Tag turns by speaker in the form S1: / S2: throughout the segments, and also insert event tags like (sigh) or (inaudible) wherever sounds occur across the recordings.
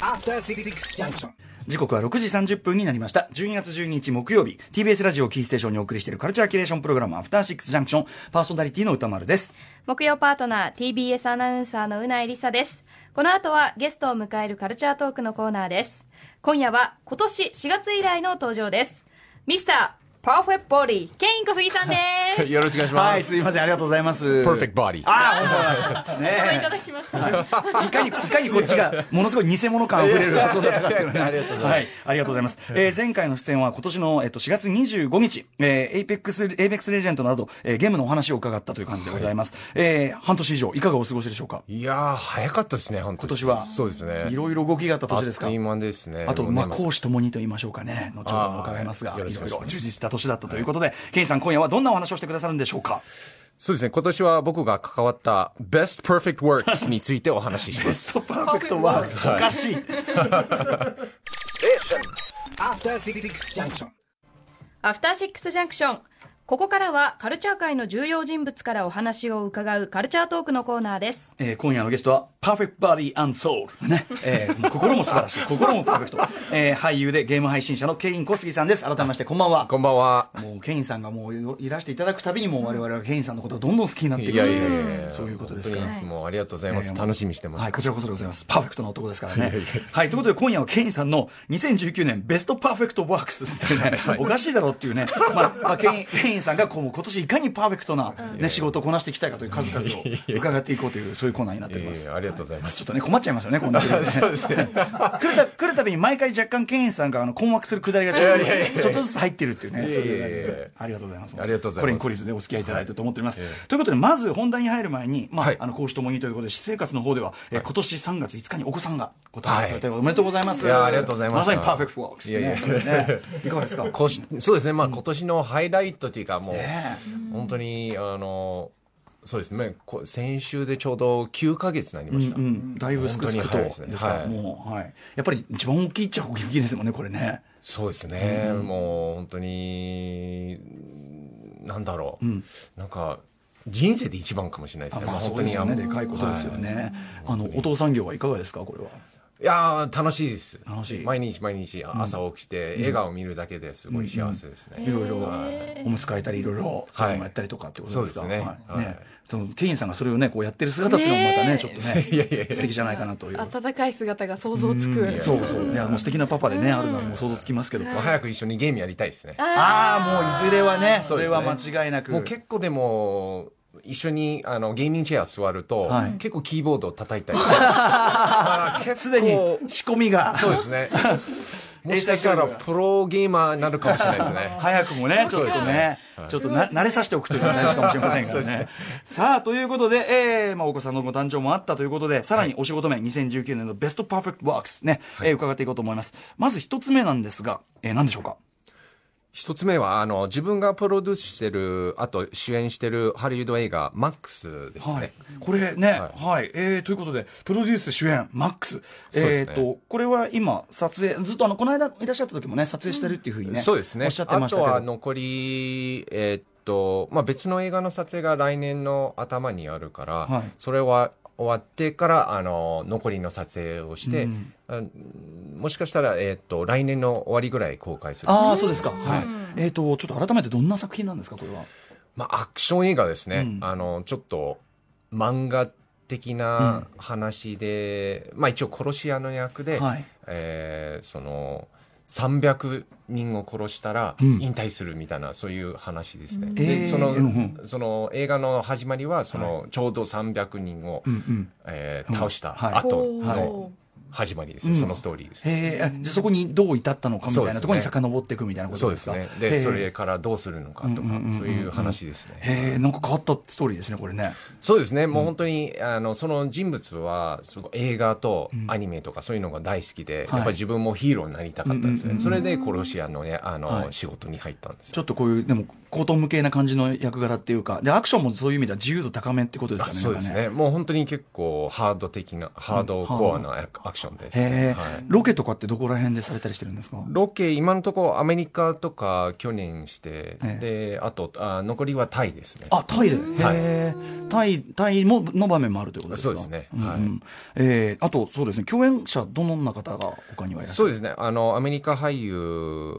S1: After Six Junction.
S2: 時刻は6時30分になりました。12月12日木曜日、TBS ラジオキーステーションにお送りしているカルチャーキュレーションプログラム、アフターシックスジャンクション、パーソナリティの歌丸です。
S3: 木曜パートナー TBS アナウンサーのうないりさですこの後はゲストを迎えるカルチャートークのコーナーです今夜は今年4月以来の登場ですミスターパーフェクトボディケイン小杉さんです
S4: よろしくお願いします。
S2: はい、すいません、ありがとうござい (laughs) ます。
S4: Perfect body
S2: ああ、本当だ。
S3: ご覧い
S2: ね
S3: ただきました
S2: えいかに、いかにこっちが、ものすごい偽物感あふれる (laughs) 発想だったかっていうのね。ありがとうございます。はい、ありがとうございます。えー前回の出演は今年の、えっと、4月25日、えー、Apex、Apex レジェンドなど、えーゲームのお話を伺ったという感じでございます。えー半年以上、いかがお過ごしでしょうか
S4: いやー、早かったですね、本当
S2: 今年は。
S4: そうですね。
S2: いろいろ動きがあった年ですか
S4: あっという間ですね。
S2: あと、
S4: もう
S2: まあ、
S4: 年末
S2: 講師ともにと言いましょうかね。後ほども伺いますが、
S4: あ
S2: い
S4: ーよ
S2: ろ
S4: ろ
S2: い
S4: しくお願いし
S2: ろ
S4: ます
S2: 充実した年だったということで、ケインさん、今夜はどんなお話をしてくださるんでしょうか
S4: そうですね、今年は僕が関わった Best Perfect Works についてお話しし
S2: (laughs)
S4: ます。
S2: トパーフェクトワークス。おかしい。
S1: After Six Junction.
S3: アフターシックスジャンクションここからはカルチャー界の重要人物からお話を伺うカルチャートークのコーナーです
S2: えー今夜のゲストは、パーフェクトバディアンソウル。ね。えー心も素晴らしい。心もパーフェクト。えー俳優でゲーム配信者のケイン小杉さんです。改めまして、こんばんは。
S4: こんばんは。
S2: もう、ケインさんがもういらしていただくたびに、もう我々はケインさんのことがどんどん好きになっていく
S4: いやいやいや
S2: そういうことですから
S4: 本当にいつもありがとうございま
S2: え
S4: す。
S2: ー
S4: 楽しみにしてます。
S2: はい、こちらこそでございます。パーフェクトな男ですからね。はい、ということで今夜はケインさんの2019年ベストパーフェクトワークスってね、おかしいだろうっていうね、まあ、まあケイン、ケインさんがこう今年いかにパーフェクトな、ね、仕事をこなしていきたいかという数々を伺っていこうという、そういうコーナーになっておりま
S4: い
S2: す
S4: やいや。ありがとうございます。
S2: ちょっとね、困っちゃいますよね、こん
S4: (laughs)
S2: な、ね、そうですね。来るた、来るたびに毎回若干ケインさんがあの困惑するくだりがちょっと、ちょっとずつ入ってるっていうね。
S4: いや
S2: そう
S4: いやいや
S2: いうねありがとうございます。
S4: ありがとうございます
S2: これに懲りずでお付き合いいただいたと思っております。
S4: はいええ
S2: ということで、まず本題に入る前に、まあ、
S4: はい
S2: あの、講師ともにということで、私生活の方では、えー今年3月5日にお子さんがご誕生されて、おめでとうございます。
S4: いやありがとうございま
S2: ますさにパーフェクトワークス、ね。
S4: いやいや
S2: ねいかがですか
S4: (laughs) こうしそうですね、まあ、今年のハイライトというか、もう、
S2: ね
S4: 本当に、あの、そうですね、こ先週でちょうど9ヶ月になりました。
S2: うんうん、だいぶすくすくと
S4: 本当に早い
S2: で
S4: ですす
S2: か
S4: ね
S2: ら、
S4: はい
S2: もう、はい。やっぱり一番大きいっちゃ大きいですもんね、これね。
S4: そうですね、もう本当に、なんだろう、なんか、人生で一番かもしれないですね。
S2: まあ、
S4: もう
S2: そ
S4: 本
S2: うですよね、
S4: あ
S2: で
S4: の
S2: かいことですよね。あの、お父さん業はいかがですか、これは。
S4: いやー楽しいです。
S2: 楽しい
S4: 毎日毎日あ朝起きて、映画を見るだけですごい幸せですね。
S2: いろいろ、おむつ替えたり、いろいろ、そういうのもやったりとかってことですか。
S4: そうですね
S2: はい
S4: はい
S2: ね、そのケインさんがそれをね、こうやってる姿っていうのもまたね、
S5: ねえ
S2: ちょっとね、素敵じゃないかなという。
S5: 温かい姿が想像つく、
S2: そうそう、いや、もう素敵なパパでね、あるのはもう想像つきますけど。
S4: まあ、早く一緒にゲームやりたいですね。
S2: ああ、もういずれはね、そ
S4: そうで
S2: れ
S4: すね
S2: は間違いなく。
S4: もう結構でも、一緒にあのゲーミングチェア座ると、
S2: はい
S4: 結構キーボードを叩いたり
S2: (laughs)
S4: あー結構
S2: すでに仕込みが。
S4: そうで
S2: (laughs)
S4: すね。もしかしたらプロゲーマーになるかもしれないですね。
S2: 早くもね、ちょっとね、ちょっとな慣れさせておくというのが大事かもしれませんからね。さあ、ということで、えーまあ、お子さんのご誕生もあったということで、さらにお仕事面、2019年のベストパーフェクトワークスね、えー伺っていこうと思います。まず一つ目なんですが、えー、何でしょうか
S4: 一つ目は、あの、自分がプロデュースしてる、あと主演してるハリウッド映画、マックスですね。
S2: はい。これね、は、
S4: はい
S2: えーということで、プロデュース主演、マックス。
S4: そう
S2: え
S4: で
S2: っ、
S4: すね
S2: と、これは今、撮影、ずっとあの、この間いらっしゃった時もね、撮影してるっていうふうにね、
S4: そうですね。
S2: おっしゃってましたけ
S4: あとは
S2: ど。
S4: 残り、えーっと、まあ、別の映画の撮影が来年の頭にあるから、
S2: はい
S4: それは終わってから、あの、残りの撮影をして、
S2: うん
S4: あもしかしたら、えーっと、来年の終わりぐらい公開する。
S2: ああ、そうですか。はい。えっ、と、ちょっと改めてどんな作品なんですか、これは。
S4: まあ、アクション映画ですね、
S2: うん
S4: あのちょっと漫画的な話で、まあ、一応殺し屋の役で、
S2: はい
S4: えーその300人を殺したら
S2: ん
S4: 引退するみたいな、そういう話ですね、
S2: えー
S4: でその
S2: うん
S4: その映画の始まりはその、ちょうど300人を、
S2: うんうん。
S4: えー
S2: うん
S4: 倒した
S2: はい
S4: 後
S5: おー
S4: の始まりです
S2: う
S4: ね、
S2: ん
S4: そのストーリーですね。
S2: へえ、じゃあそこにどう至ったのかみたいなところに
S4: そうですね
S2: 遡っていくみたいなこ
S4: そ
S2: と
S4: う
S2: で
S4: ですす
S2: か。
S4: ね。
S2: へ
S4: で、
S2: え
S4: それからどうするの
S2: う
S4: かと
S2: んうん
S4: か
S2: うんうんうん、
S4: そういう話ですね。
S2: へえ、なんか変わったストーリーですね、これね。
S4: そうですね、もう本当に、あのその人物はすごい映画とアニメとかそういうのが大好きで、
S2: い
S4: やっぱり自分もヒーローになりたかったんですね、
S2: うんうんうん
S4: それで殺し屋の,、ね、あの
S2: はい
S4: 仕事に入ったんです
S2: ち
S4: よ。
S2: ょっとこういう、でも、高等無形な感じの役柄っていうか、で、アクションもそういう意味では自由度高めってことです
S4: あ
S2: かね、
S4: そうです
S2: なんか
S4: ね、もう本当に結構ハード的な、ハードコアなアクアククションです、
S2: へえ、
S4: はい
S2: ロケとかってどこら辺でされたりしてるんですか
S4: ロケ、今のところアメリカとか去年して、
S2: え
S4: であとあ残りはタイですね。
S2: あタイで、
S4: はい
S2: へータイタイもの場面もあるということですか
S4: そうですね
S2: うんうん
S4: はい
S2: えーあとそうですね共演者どんな方が他にはいらっしゃ
S4: そ
S2: る
S4: うですねあの、アメリカ俳優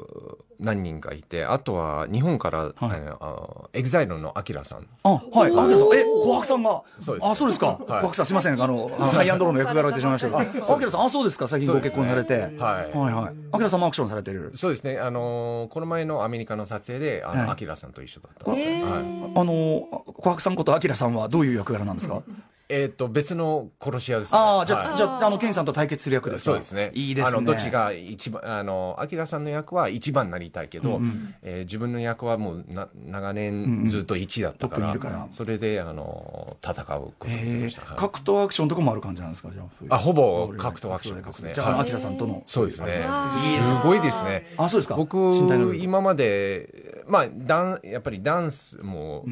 S4: 何人かいて、あとは日本から、あのエグザイルのアキラさん、
S2: あはいあきらさんえ琥珀さんが
S4: そうです
S2: あそうですか琥珀、さんすいませんあのあのハイアンドロー (laughs) の役柄を言ってしまいましたけどあきらさんあそうですか最近ご結婚されて、
S4: そうですねはい
S2: はいはいあきらさんもアクションされてる
S4: そうですね、あのこの前のアメリカの撮影で、あ
S2: はい
S4: のアキラさんと一緒だったんですよ。はい
S2: あの琥珀さんことあきらさんはどういう役柄なんですか
S4: えっと別の殺し屋ですね。
S2: ああじゃあ、
S4: はい
S2: じゃああのケンさんと対決する役ですか
S4: そうですね。
S2: いいですね
S4: あの、どっちが一番、あの、アキラさんの役は一番になりたいけど、えー自分の役はもうな、長年ずっと一だったか
S2: トップに
S4: ら、
S2: いるから
S4: それで、あの、戦うことになり
S2: へ
S4: ま
S2: え
S4: した。はい
S2: 格闘アクションとかもある感じなんですかじゃあそういう
S4: あほぼ格闘アクションですね
S2: じゃああの
S4: は
S2: あ
S4: い
S2: きらさんとの
S4: そうですね
S5: わ。ー
S4: すごいですね。
S2: あそうですか
S4: 僕
S2: 身体能、力
S4: 今まで、まあ、ダン、やっぱりダンスも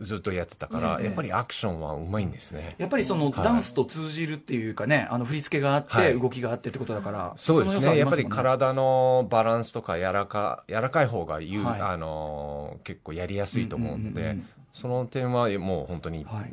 S4: ずっとやってたから、やっぱりアクションはうまいんですね。
S2: やっぱりそのダンスと通じるっていうかねあの振り付けがあっ
S4: は
S2: て
S4: い
S2: 動きがあってってことだから
S4: そうです
S2: そ
S4: ね
S2: の良さあ
S4: やっ
S2: ます
S4: ぱ
S2: もん
S4: り体のバランスとか柔らか柔らかい方が言う、
S2: はい
S4: あのー結構やりやすいと思う
S2: う
S4: ので、
S2: んうんうんうん
S4: その点はもう本当に、
S2: はい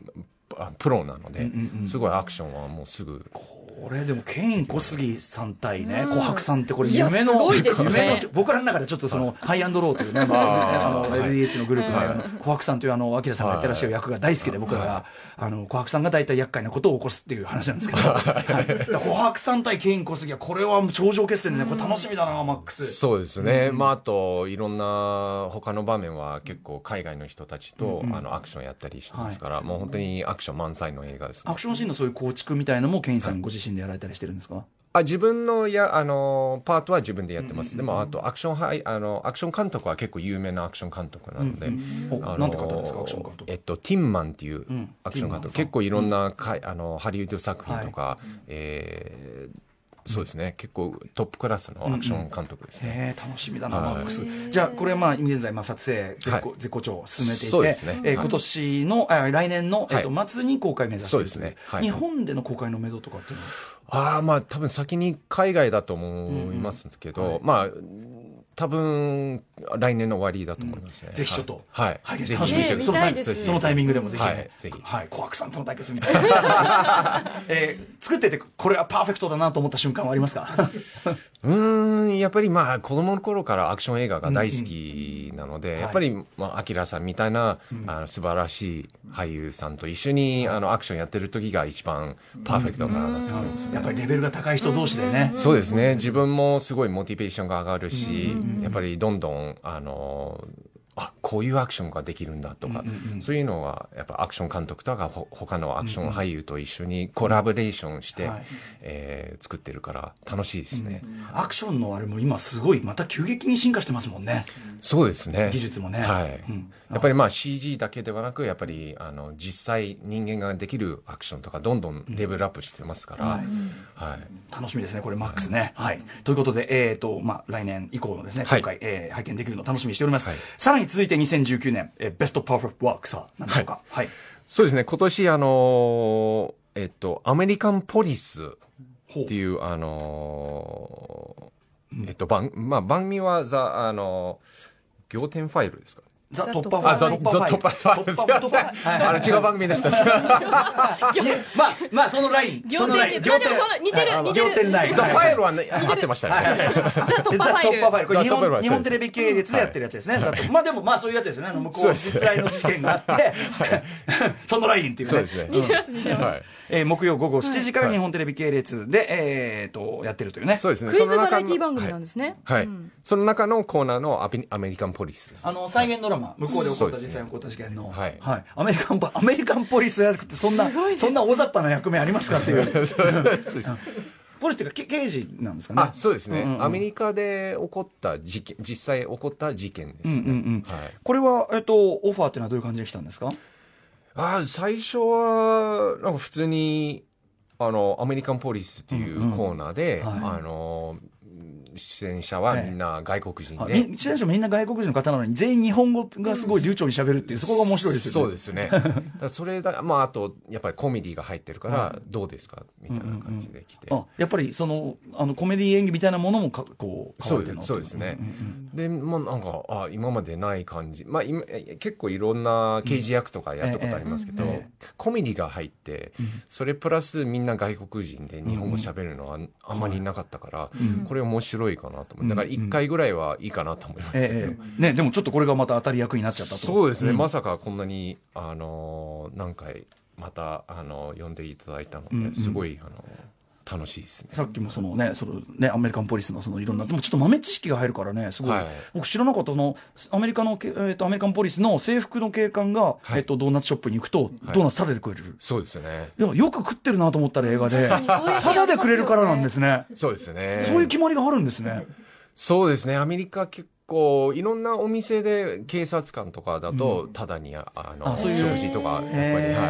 S4: あプロなので、
S2: んうんうん
S4: すごいアクションはもうすぐ
S2: これでもケイン小杉さん対ね琥珀さんってこれ
S5: いや
S2: 夢の
S5: すごいですね
S2: 夢のちょ僕らの中でちょっとそのハイアンドローというねあのあの LDH のグループであの琥珀さんというあのアキラさんがやってらっしゃる役が大好きで僕らがあの琥珀さんが大体厄介なことを起こすっていう話なんですけどはいだから琥珀さん対ケイン小杉はこれは頂上決戦でねこれ楽しみだなマックス
S4: そうですね、まああといろんな他の場面は結構海外の人たちと、あのアクションやったりしてますから、もう本当にアクション満載の映画ですね
S2: アクションシーンのそういう構築みたいのもケインさんご自身でやられたりしてるんですか
S4: あ自分のやあのパートは自分でやってます、でもあとアクションはいあのアクション監督は結構有名なアクション監督なので、
S2: お
S4: あの
S2: なんて方ですかアクション監督
S4: えっと、ティンマンっていうアクショ
S2: ティン
S4: ン監督、
S2: マンさん
S4: 結構いろんなかいあのハリウッド作品とか、えーそうですね、結構トップクラスのアクション監督です
S2: へ
S4: ね。
S2: え楽しみだな、
S4: はい
S2: マックス。じゃあ、これ、まあ、現在、まあ、撮影絶好、
S4: はい
S2: 絶好調を進めていて、
S4: そうですね
S2: えー
S4: はい
S2: 今年の、あ来年の、
S4: はい
S2: えっと、末に公開目指しているとい
S4: そうですねはい
S2: 日本での公開の目処とかっていうのは
S4: ああ、まあ、多分先に海外だと思いますけど、まあ、多分来年の終わりだと思いますね。
S2: ぜひちょっと、
S4: はい。
S2: は
S4: はいい、ぜ
S2: 楽
S4: ひ
S2: しみにしてる、
S5: ね
S2: そのタイ
S5: 見たいです
S2: そのタイミングでもぜひ、ね、
S4: はいぜひ
S2: はい、琥珀さんとの対決みたいな、 (laughs) えー作ってて、これはパーフェクトだなと思った瞬間はありますか
S4: うーん、やっぱりまあ子供の頃からアクション映画が大好きなので、
S2: い
S4: やっぱりまあ、アキラさんみたいな、あの素晴らしい俳優さんと一緒に、あのアクションやってる時が一番パーフェクトかなと思いますね。
S2: やっぱりレベルが高い人同士でね、
S4: そうですね。自分もすごいモチベーションが上がるし、やっぱりどんどん、あの、あ、こういうアクションができるんだとか、そういうのは、やっぱアクション監督とか、ほ他のアクション俳優と一緒にコラボレーションして、
S2: はい
S4: えー作ってるから楽しいですね。
S2: アクションのあれも今、すごい、また急激に進化してますもんね。
S4: そうですね。
S2: 技術もね
S4: はい。
S2: うん
S4: やっぱりまあ CG だけではなく、やっぱりあの実際人間ができるアクションとかどんどんレベルアップしてますから、
S2: は
S4: はいい。
S2: 楽しみですね、これ、マックスね。はい、ということで、えーとまあ、来年以降のですね、
S4: は
S2: 今回、
S4: い
S2: えー拝見できるのを楽しみにしております、
S4: はい
S2: さらに続いて2019年、えーベストパーフェクトワークさなんでしょうか。はい
S4: そうですね、今年あのーえっと、アメリカンポリスっていう、あのーえっと、番、まあ番組はザ、あのー仰天ファイルですか
S2: ザ・
S5: ザ
S2: トッパー
S4: あ、
S2: フ
S4: ザ・
S2: ァ
S4: ザ
S2: イ
S4: ト
S2: ブ
S4: ップファイル。すいま
S2: トッ
S4: せ (laughs)
S2: パーファイブ
S4: ん。あの、違う番組でした。すいません
S2: いやまあ、まあ、そのライン。
S5: 仰天
S2: そのライン。
S5: ですまあでもその似てる
S2: はい
S5: 似てる
S2: 仰天ライン。
S4: ザ・フ
S2: はい
S4: ァイルはね、合ってました
S2: はいはい
S4: ね。
S2: ザ・ト
S5: ッパーファイル
S2: これ日
S4: ザトッパーファイル
S2: 本
S4: はい
S2: 日本テレビ系列でやってるやつですね、ザトップまあでもまあそういうやつですよねあの向こう
S4: そうです
S2: 実際の事件があって、 (laughs) そのラインっていうね
S4: そうですね。
S5: 似てます似てます
S4: はい
S2: えー木曜午後7時から日本テレビ系列で、えー、とやってるというね
S4: そうですね。
S5: クイ
S4: そ
S5: ズ
S4: の
S5: バ
S4: 中
S5: ラ
S4: の
S5: エティ番組なんですね。
S4: はい、
S5: うん
S4: その中のコーナーのアメリアメリカンポリスです
S2: あの再現ドラマ、向こうで起こ
S4: そう
S2: っ
S4: で
S2: た
S4: すね
S2: 実際に起こった事件の、
S4: はい
S2: アメリカンポアメリカンポリス役ってそんな、そんな大雑把な役目ありますかって
S4: (laughs)
S2: いう、ポリスっていうか、け刑事なんですかね。
S4: あそうですね、
S2: うんうんうん
S4: アメリカで起こった事件実際起こった事件ですね、
S2: うんうんうん
S4: はい、
S2: これは、えっと、オファーっていうのはどういう感じで来たんですか
S4: あー最初はなんか普通にあのアメリカンポリスっていうコーナーで、
S2: はい
S4: あの出演者はみんな外国人で、
S2: み出演者みんな外国人の方なのに、全員日本語がすごい流暢に喋るっていう、そこが面白いですよね。
S4: そうです (laughs) ね。だからそれだ、まあ、あと、やっぱりコメディが入ってるから、どうですかみたいな感じで来て。
S2: あやっぱりそのあのコメディ演技みたいなものもかこう
S4: そうですそうですね、でもうなんかあ今までない感じ、まあ、今え結構いろんな刑事役とかやったことありますけど、
S2: えええ
S4: コメディが入って、それプラスみんな外国人で日本語喋るのはあんまりなかったから、これ面白いかなと思ってだから1回ぐらいはいいかなと思いましたけど、
S2: ええええね、でもちょっとこれがまた当たり役になっちゃったと
S4: そうですね、まさかこんなに、あのー何回また、あのー呼んでいただいたので、すごい、あのー楽しいですね。
S2: さっきもそのね、そのね、アメリカンポリスのそのいろんな、でもちょっと豆知識が入るからね、すごい。
S4: はい
S2: 僕知らなかったその、アメリカのけ、えっ、と、アメリカンポリスの制服の警官が、
S4: はい
S2: えっと、ドーナツショップに行くと、
S4: はい
S2: ドーナツ食べてくれる。
S4: そうですね。
S2: いや、よく食ってるなと思ったら映画
S4: (laughs)
S2: で、
S5: 確かにそういうシーン
S2: ただでくれるからなんですね。
S4: そうですね。
S2: そういう決まりがあるんですね。
S4: そうですね。アメリカ結構、いろんなお店で警察官とかだと、ただにあ、あの、
S2: あそういう
S4: 食事とか、やっぱり、はい。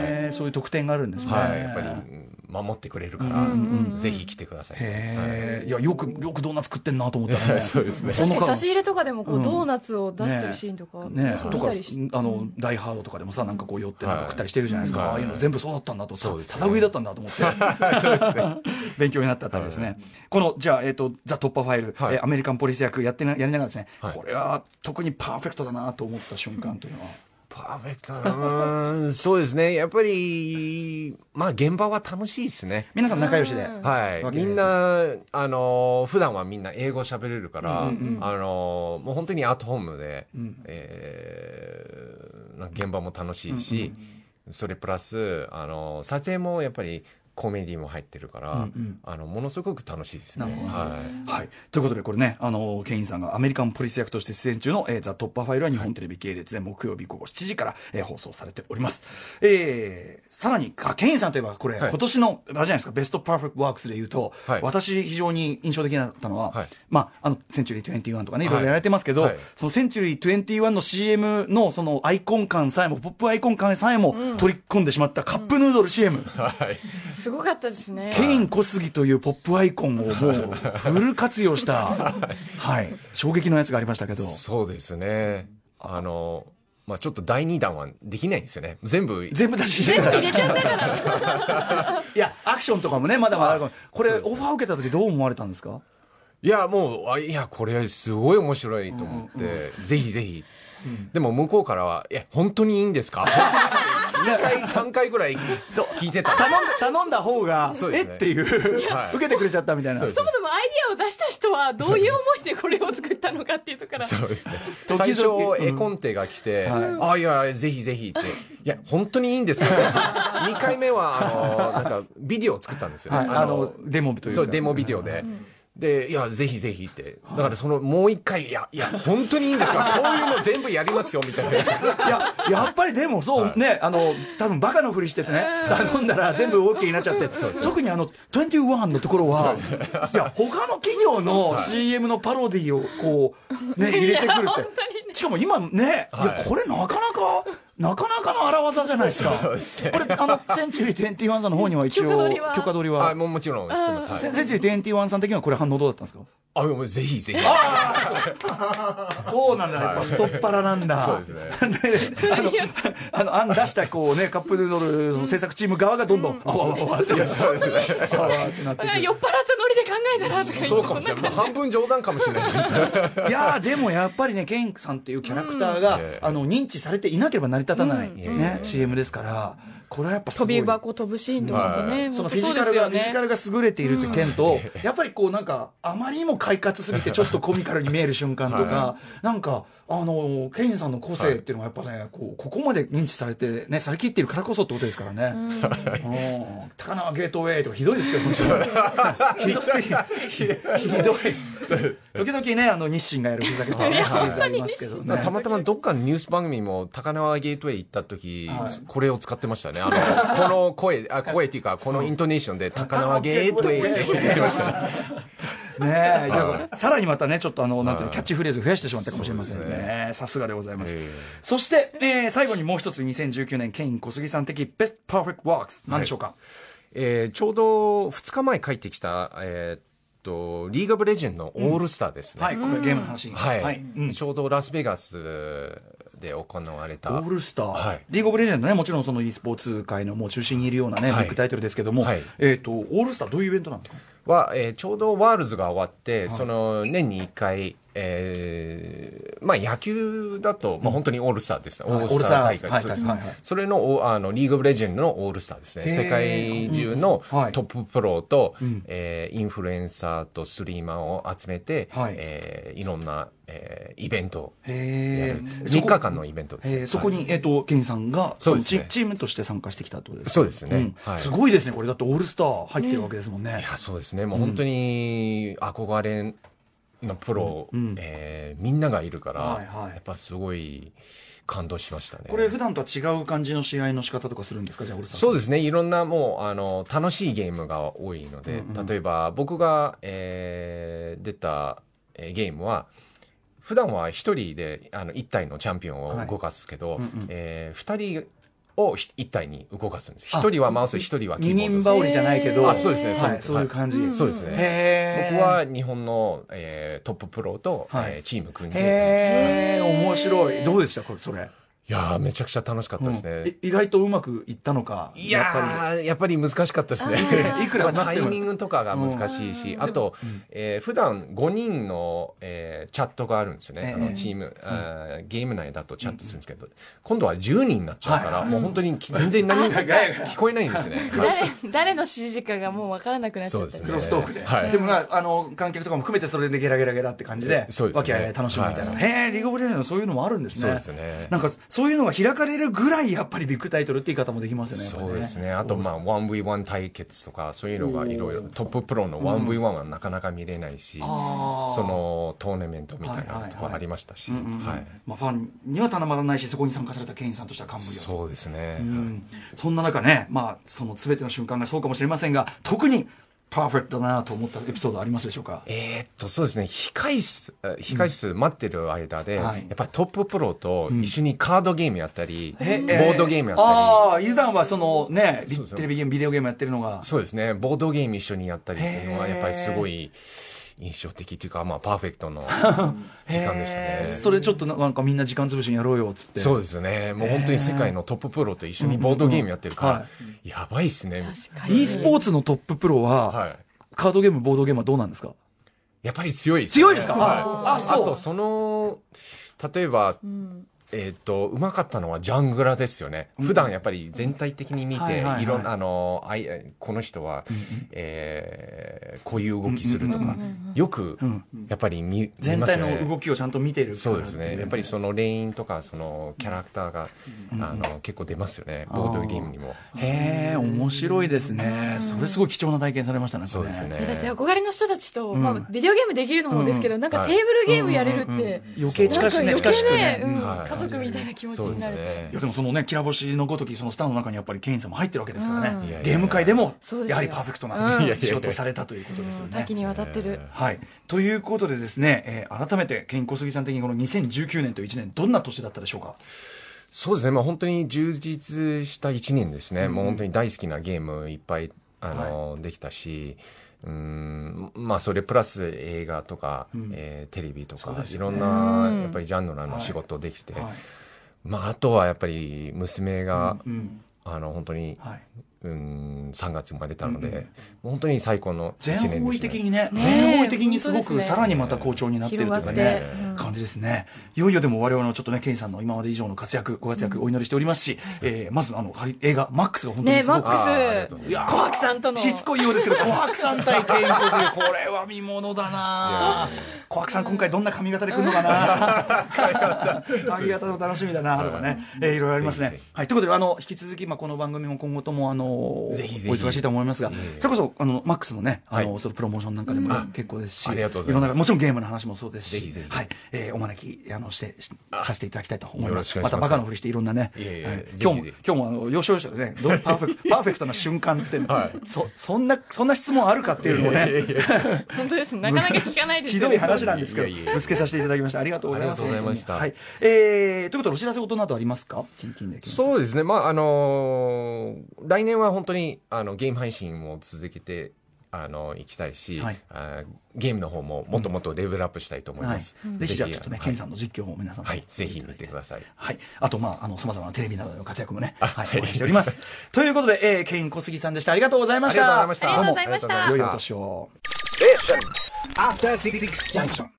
S2: えーそういう特典があるんですね。
S4: はい。やっぱり、うん守ってくれるから、ぜひ来てください。
S2: へえ、いや、よく、よくドーナツ食ってんなと思ったら
S4: は
S2: ね。
S4: い (laughs) そうですね。
S2: そ
S5: 確か
S2: の
S5: に
S2: 間
S5: 差し入れとかでもこ
S2: う
S5: うんドーナツを出してるシーンとか
S2: ねと
S5: 見
S2: か
S5: たりして
S2: あの「ダイ・ハード」とかでもさなんかこう寄ってなんか
S4: はい
S2: 食ったりしてるじゃないですか、
S4: はい
S2: ああいうの全部そうだったんだとた
S4: そうですね
S2: ただ食いだったんだと思って
S4: (laughs)
S2: 勉強になったあたりですね、このじゃあ、えーと「ザ・トッパーファイル、
S4: はい
S2: えーアメリカンポリス役やってなやりながらですね、
S4: はい
S2: これは特にパーフェクトだなと思った瞬間というのは。
S4: パーフェクトなうーんそうですね。やっぱり、まあ現場は楽しいですね。
S2: 皆さん仲良しで、
S4: はい
S2: わ。け
S4: み
S2: ね
S4: んな、あのー、普段はみんな英語喋れるから、あのー、もう本当にアットホームで、えーなんか現場も楽しいし、それプラス、あのー、撮影もやっぱりコメディも入ってるから、あの、ものすごく楽しいですね。
S2: なるほど
S4: はい。
S2: はい、ということで、これね、あのケインさんがアメリカンポリス役として出演中の、えー、ザ・トッパーファイルは日本テレビ系列で木曜日午後7時から、えー放送されております。えーさらに、あケインさんといえば、これ、
S4: はい
S2: 今年の、あれじゃないですか、ベストパーフェクトワークスで言うと、
S4: はい
S2: 私、非常に印象的だったのは、
S4: はい
S2: まあ、あの、センチュリー21とかね、い
S4: はい
S2: ろいろやられてますけど、
S4: はい
S2: そのセンチュリー21の CM の、そのアイコン感さえも、ポップアイコン感さえも取り込んでしまったカップヌードル CM。
S4: はい。
S5: すごかったですね
S2: ケイン小杉というポップアイコンをもうフル活用した、はい、衝撃のやつがありましたけど、
S4: そうですね。あのー、まあちょっと第2弾はできないんですよね。全部、
S2: 全部出し入れて
S5: 入れちゃったから
S2: いや、アクションとかもね、まだまだあるかもこれ、オファー受けた時どう思われたんですか
S4: いや、もう、あいや、これすごい面白いと思って、ぜひぜひ。でも向こうからは、え、本当にいいんです (laughs) か ?2 回、3回ぐらい聞いてた。
S2: 頼んだ頼んだ方が、
S4: そう
S2: え
S4: です
S2: っ
S4: ね
S2: ていう、
S4: はい
S2: 受けてくれちゃったみたいな
S4: そう。ですね
S5: そもそもアイディアを出した人はどういう思いでこれを作ったのかっていうところから
S4: そうですね。
S2: 々
S4: 最初、絵コンテが来て、あ、いや、ぜひぜひって、いや、本当にいいん (laughs) ですか ?2 回目は、あの、なんか、ビデオを作ったんですよ。
S2: はいあのデモというか
S4: そう、デモビデオで。で、いや、ぜひぜひって。だからその、もう一回、いや、いや、本当にいいんですかこういうの全部やりますよ、みたいな。
S2: いや、やっぱりでも、そう、ね、あの、多分バカのふりしててね、頼んだら全部 OK になっちゃって、特にあの、21のところは、いや、他の企業の CM のパロディをこう、ね、入れてくるって。しかも今ね、い
S4: は
S2: や、
S4: い
S2: これなかなか、なかなかの荒技じゃないですか。これ、あの、センチュリー21さんの方には一
S5: 許可
S2: 応
S5: 取りは、
S2: 許可取り
S4: あ
S2: は。
S4: もうもちろん知ってます。はい
S2: センチュリー21さん的にはこれ反応どうだったんですか
S4: あ、もうぜひぜひ。
S2: そうなんだ、やっぱ太っ腹なんだ。
S4: そうですね。
S2: であの、あの、案出した、こうね、カップヌードルの制作チーム側がどんどん、あわあわあわって、
S4: (laughs) そうですね。
S2: あわあわってなって
S5: だ
S2: く
S5: から
S2: る。
S5: 酔っ払ったノリで考えたらとか言って
S4: そうかもしれない。まあ、半分冗談かもしれないですね。 (laughs)
S2: いやーでもやっぱりね、ケインさんっていうキャラクターが、
S4: うん
S2: あの、認知されていなければ成り立たない、ね、CM ですから、これはやっぱす
S5: 飛
S2: ご
S5: び
S2: い。
S5: 箱飛ぶシーンとかもね
S2: そ
S5: 本
S2: のフ
S5: 当
S2: ィ
S5: そ
S2: ジ
S5: うで
S2: カ
S5: す
S2: ルが、
S5: よ
S2: フィジカ
S5: ね
S2: ルが優れているって件と、やっぱりこうなんか、あまりにも快活すぎてちょっとコミカルに見える瞬間とか、なんか、あの、ケインさんの個性っていうのはやっぱね、こう、ここまで認知されて、ね、されきっているからこそってことですからね。うん高輪ゲートウェイとかひどいですけど
S5: (laughs)
S2: ね、ひどすぎ、ひひどい。時々ね、あの、日清がやるふざけたねシリーズありますけど
S4: まあ
S2: ね
S4: た。またまどっかのニュース番組も高輪ゲートウェイ行った時、
S2: はい
S4: これを使ってましたね。あの、この声、あ、声っていうか、このイントネーションで高輪ゲートウェイって言ってました。 (laughs)
S2: ねえ、だからさらにまたね、ちょっとあの、なんていうの、キャッチフレーズを増やしてしまったかもしれません
S4: そうです
S2: ね。さすがでございます
S4: ええ。
S2: そして、えー最後にもう一つ2019年、ケイン小杉さん的ベストパーフェクトワークス、なんでしょうか。
S4: えーちょうど2日前帰ってきた、えーと、リーグ・オブ・レジェンドのオールスターですね。
S2: はい、これゲームの話。
S4: はい
S2: うん
S4: ちょうどラスベガスで行われた。
S2: オールスター、
S4: はい
S2: リーグオブレジェンドね、もちろんその e スポーツ界のもう中心にいるようなね、
S4: はい
S2: ビッグタイトルですけども、
S4: はい
S2: えっ、と、オールスター、どういうイベントなんですか
S4: は、えーちょうどワールズが終わって、その年に1回、えーまあ、野球だと、まあ、本当にオールスターですね、
S2: はい
S4: オールスター大
S2: オールスターは
S4: 会
S2: い
S4: そうです
S2: はいはいはい
S4: それのおあのリーグ・オブ・レジェンドのオールスターですね
S2: へー
S4: 世界中の
S2: うんはい
S4: トッププロと、
S2: ん
S4: えーインフルエンサーとストリーマーを集めて、
S2: はい
S4: いえーいろんな、えーイベントをや
S2: へ
S4: る3日間のイベントですね、
S2: えーそこ
S4: はい
S2: に、えっ、と、ケンさんが、
S4: そう
S2: の
S4: ですね
S2: チチームとして参加してきたってことですか
S4: そうですね
S2: ん
S4: はい
S2: すごいですね、これ。だってオールスター入ってるわけですもんね。
S4: いやそうですねもう本当に憧れのプロ、
S2: うん
S4: えーみんながいるから、
S2: はいはい
S4: やっぱすごい感動しましたね
S2: これ、普段とは違う感じの試合の仕方とかするんですかじゃあ、オールスター。
S4: そうですすねいろんなもうあの楽しいゲームが多いので、例えば僕が、えー出たえーゲームは普段は一人であの1体のチャンピオンを動かすけど、え2人を1体に動かすんです
S2: あ
S4: 1人はマウス1人はキ
S2: 二人
S4: ーボードです
S2: 羽織じゃないけど、
S4: あそうですねそう
S2: は
S4: で
S2: い、
S4: す
S2: そういう感じ。
S4: そうですね、
S2: へー
S4: 僕は日本の、えートッププロと、
S2: はい
S4: えーチーム組んで
S2: へえ、面白い。どうでしたこれ、それ。
S4: いやーめちゃくちゃ楽しかったですね、
S2: うんえ意外とうまくいったのか。
S4: いやーやっぱり難しかったですね (laughs)
S2: やっぱりいくらなっ
S4: タ
S2: て
S4: イ
S2: も
S4: ミングとかが難しいし、あと、えー普段5人の、えーチャットがあるんですよね、
S2: ええ
S4: あのチーム、あーゲーム内だとチャットするんですけど、今度は10人になっちゃうから、もう本当に全然何も聞こえないんですよ (laughs) ね。はい
S5: 誰誰の指示かがもう分からなくなっちゃった
S4: そう
S2: ク
S4: で
S2: ロストークで、
S4: はい
S2: でもなあの観客とかも含めてそれでゲラゲラゲラって感じで、
S4: そうですね
S2: わけあいあい楽しむみたいな、
S4: はい
S2: へえ、リーグ・オブ・レジェンド、そういうのもあるんですね、
S4: そうですね
S2: なんかそういうのが開かれるぐらい、やっぱりビッグタイトルって言い方もできますよね、やっぱり
S4: そうですね。あと、まあ、1v1 対決とか、そういうのがいろいろ、トッププロの 1v1 はなかなか見れないし、そ
S2: あー
S4: のトーナメントみたいな
S2: はい
S4: の
S2: はい
S4: と
S2: はい
S4: かありましたし、
S2: うんうんうん
S4: はい。
S2: まあ、ファンにはたまらないし、そこに参加されたケインさんとしては感無量
S4: そうですね。
S2: うんそんな中ね、まあ、その全ての瞬間がそうかもしれませんが、特にパーフェクトだなと思ったエピソードありますでしょうか。
S4: えーっと、そうですね。控え室、え控え室待ってる間で、
S2: はい
S4: やっぱりトッププロと一緒にカードゲームやったり、ボ
S2: え
S4: ードゲームやったり、
S2: ああ、油断はそのね、ビ
S4: そうですね
S2: テレビゲーム、ビデオゲームやってるのが、
S4: そうですね。ボードゲーム一緒にやったりするのは、
S2: へー
S4: やっぱりすごい印象的というか、まあ、パーフェクトの時間でした
S2: へ
S4: ね
S2: ー。それちょっとなんかみんな時間潰しにやろうよっつって。
S4: そうですよね。もう本当に世界のトッププロと一緒にボードゲームやってるから、やばいっすね。
S5: 確かに
S2: e スポーツのトッププロは、
S4: はい。
S2: カードゲーム、ボードゲームはどうなんですか
S4: やっぱり強いっすね
S2: 強いですか、
S4: はい。
S2: ああ、
S4: あ
S2: そう。
S4: と、その、例えば、
S5: うん
S4: えっ、と、うまかったのはジャングラですよね。普段やっぱり全体的に見
S2: はい
S4: て
S2: はいは、い
S4: いろんな、あの、あいこの人は、えーこういう動きするとか、よく
S2: ん、
S4: やっぱり見、見
S2: 全
S4: ます
S2: 体
S4: よね
S2: の動きをちゃんと見てるから
S4: そうですね。やっぱり
S2: へ
S4: そのレインとか、そのキャラクターが、あの、結構出ますよね。ボードゲームにも。
S2: え、面白いですね。それすごい貴重な体験されましたね。
S4: そうですね。
S5: いやだって憧れの人たちと、まあ、ビデオゲームできるのもですけど、なんかテーブルゲームやれるって、
S2: 余計近しね、
S5: なんか
S2: 近
S5: 余
S2: し
S5: 計
S2: く
S5: ね
S2: ね。、
S5: うん
S4: はい
S5: 家族みたいな気持ち
S4: そうで
S5: に
S4: す
S5: なると、
S4: ね
S2: いや。でもそのね、きら星のごとき、そのスターの中にやっぱりケインさんも入ってるわけですから
S4: うんいやいや
S2: ね
S4: い、や
S2: ゲーム界でも
S5: そうで、すよ
S2: やはりパーフェクト
S5: うんいやい
S4: や
S2: ない
S4: や
S2: 仕事をされたということですよね
S5: 多。岐にわたってる、
S2: はい、ということでですね、えー改めてケイン小杉さん的にこの2019年という1年どんな年だったでしょうか
S4: そうですね、まあ、本当に充実した1年ですね、もう本当に大好きなゲームいっぱいあの、できたし、うんまあ、それプラス映画とか、えーテレビとか、いろんなやっぱりジャンルの仕事できて、
S2: はい
S4: まあ、あとはやっぱり娘が、
S2: うん
S4: あの本当に、
S2: はい
S4: うん、3月生まれたので、本当に最高の1
S2: 全
S4: 年です、ね。
S2: 方位的にね
S5: ね
S2: 全方位的にすご
S5: 本当
S2: く
S5: ですね
S2: さらにまた好調になってるというかね
S5: 広がってうん
S2: 感じですねいよいよでも我々のちょっとねケインさんの今まで以上の活躍ご活躍お祈りしておりますし、えーまずあのハリ映画「マックス」が本当
S5: ね
S2: にす
S5: マ
S2: ごく、
S4: あーあり
S5: ッ
S4: が
S5: ク
S4: とうご
S5: ス
S4: ざいます
S5: コハクさんとの
S2: しつこいようですけど、琥珀さん対ケイン小杉、これは見ものだない
S4: やいやいや
S2: 琥珀さん、今回どんな髪型で来るのかな (laughs) 髪型も楽しみだなとかね、えーいろいろあります
S4: ぜ
S2: ね
S4: ひぜ。
S2: はい、ということで、あの、引き続き、まあ、この番組も今後とも、あの、
S4: ぜひぜひ
S2: お忙しいと思いますが、それこそ、あの、マックスのね、あ
S4: は
S2: の、
S4: い
S2: そのプロモーションなんかでも結構ですし、
S4: ありがとうござい
S2: ろ
S4: ます
S2: んなもちろんゲームの話もそうですし、
S4: ぜひぜひ
S2: はい、えーお招き、あの、して、しさせていただきたいと思い
S4: よ
S2: ま
S4: ろしく
S2: す。
S4: お願
S2: ま
S4: いしま
S2: たバ
S4: す
S2: カのふりして、いろんなね、
S4: いえいえ
S2: はい
S4: ぜひぜひ
S2: 今日も、今日もあの要所要所でね、どうパーフェクト (laughs) パーフェクトな瞬間って、そそんなそんな質問あるかっていうのもね、
S5: 本当ですなかなか聞かないです
S2: ひ
S5: よ
S2: どい話なんですけど、
S4: いやいやいや
S2: ぶつけさせていただきました。ありがとうございます。
S4: ありがとうございまし
S2: 本
S4: た
S2: 当にはい、えーということでお知らせ事などありますか？近々で。う。
S4: そうですね、まああのー来年は本当にあのゲーム配信を続けてあの行きたいし、
S2: はい
S4: あーゲームの方ももっともっとレベルアップしたいと思い
S2: は
S4: ま
S2: い
S4: す。、
S2: ぜひじゃあちょっとね、
S4: はい
S2: ケンさんの実況も皆さんも
S4: はい、ぜひ見てください。
S2: はい、あと、まあ、あの、さまざまなテレビなどでの活躍もね、はい、
S4: はい
S2: 応援しており
S4: (laughs)
S2: ます。ということで、えー、ケイン小杉さんでした。ありがとうございました。
S4: ありがとうございました
S2: どうも
S5: あ
S2: 良
S5: りがとうございました
S2: いお年を。
S1: After Six Junction.